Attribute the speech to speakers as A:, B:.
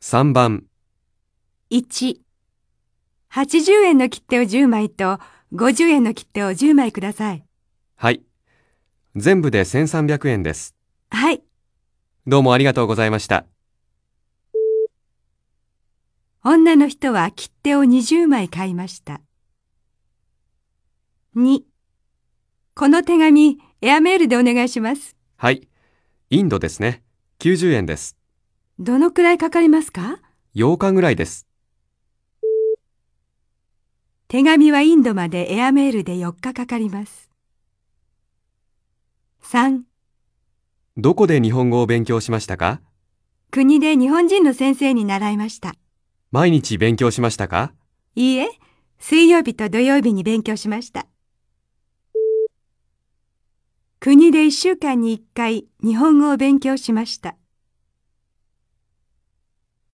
A: 3番、
B: 1、80円の切手を10枚と50円の切手を10枚ください。
A: はい。全部で1300円です。
B: はい、
A: どうもありがとうございました。
B: 女の人は切手を20枚買いました。2、この手紙、エアメールでお願いします。
A: はい。インドですね。90円です。
B: どのくらいかかりますか
A: 8日ぐらいです。
B: 手紙はインドまでエアメールで4日かかります。3、
A: どこで日本語を勉強しましたか
B: 国で日本人の先生に習いました。
A: 毎日勉強しましたか
B: いいえ、水曜日と土曜日に勉強しました。国で1週間に1回日本語を勉強しました。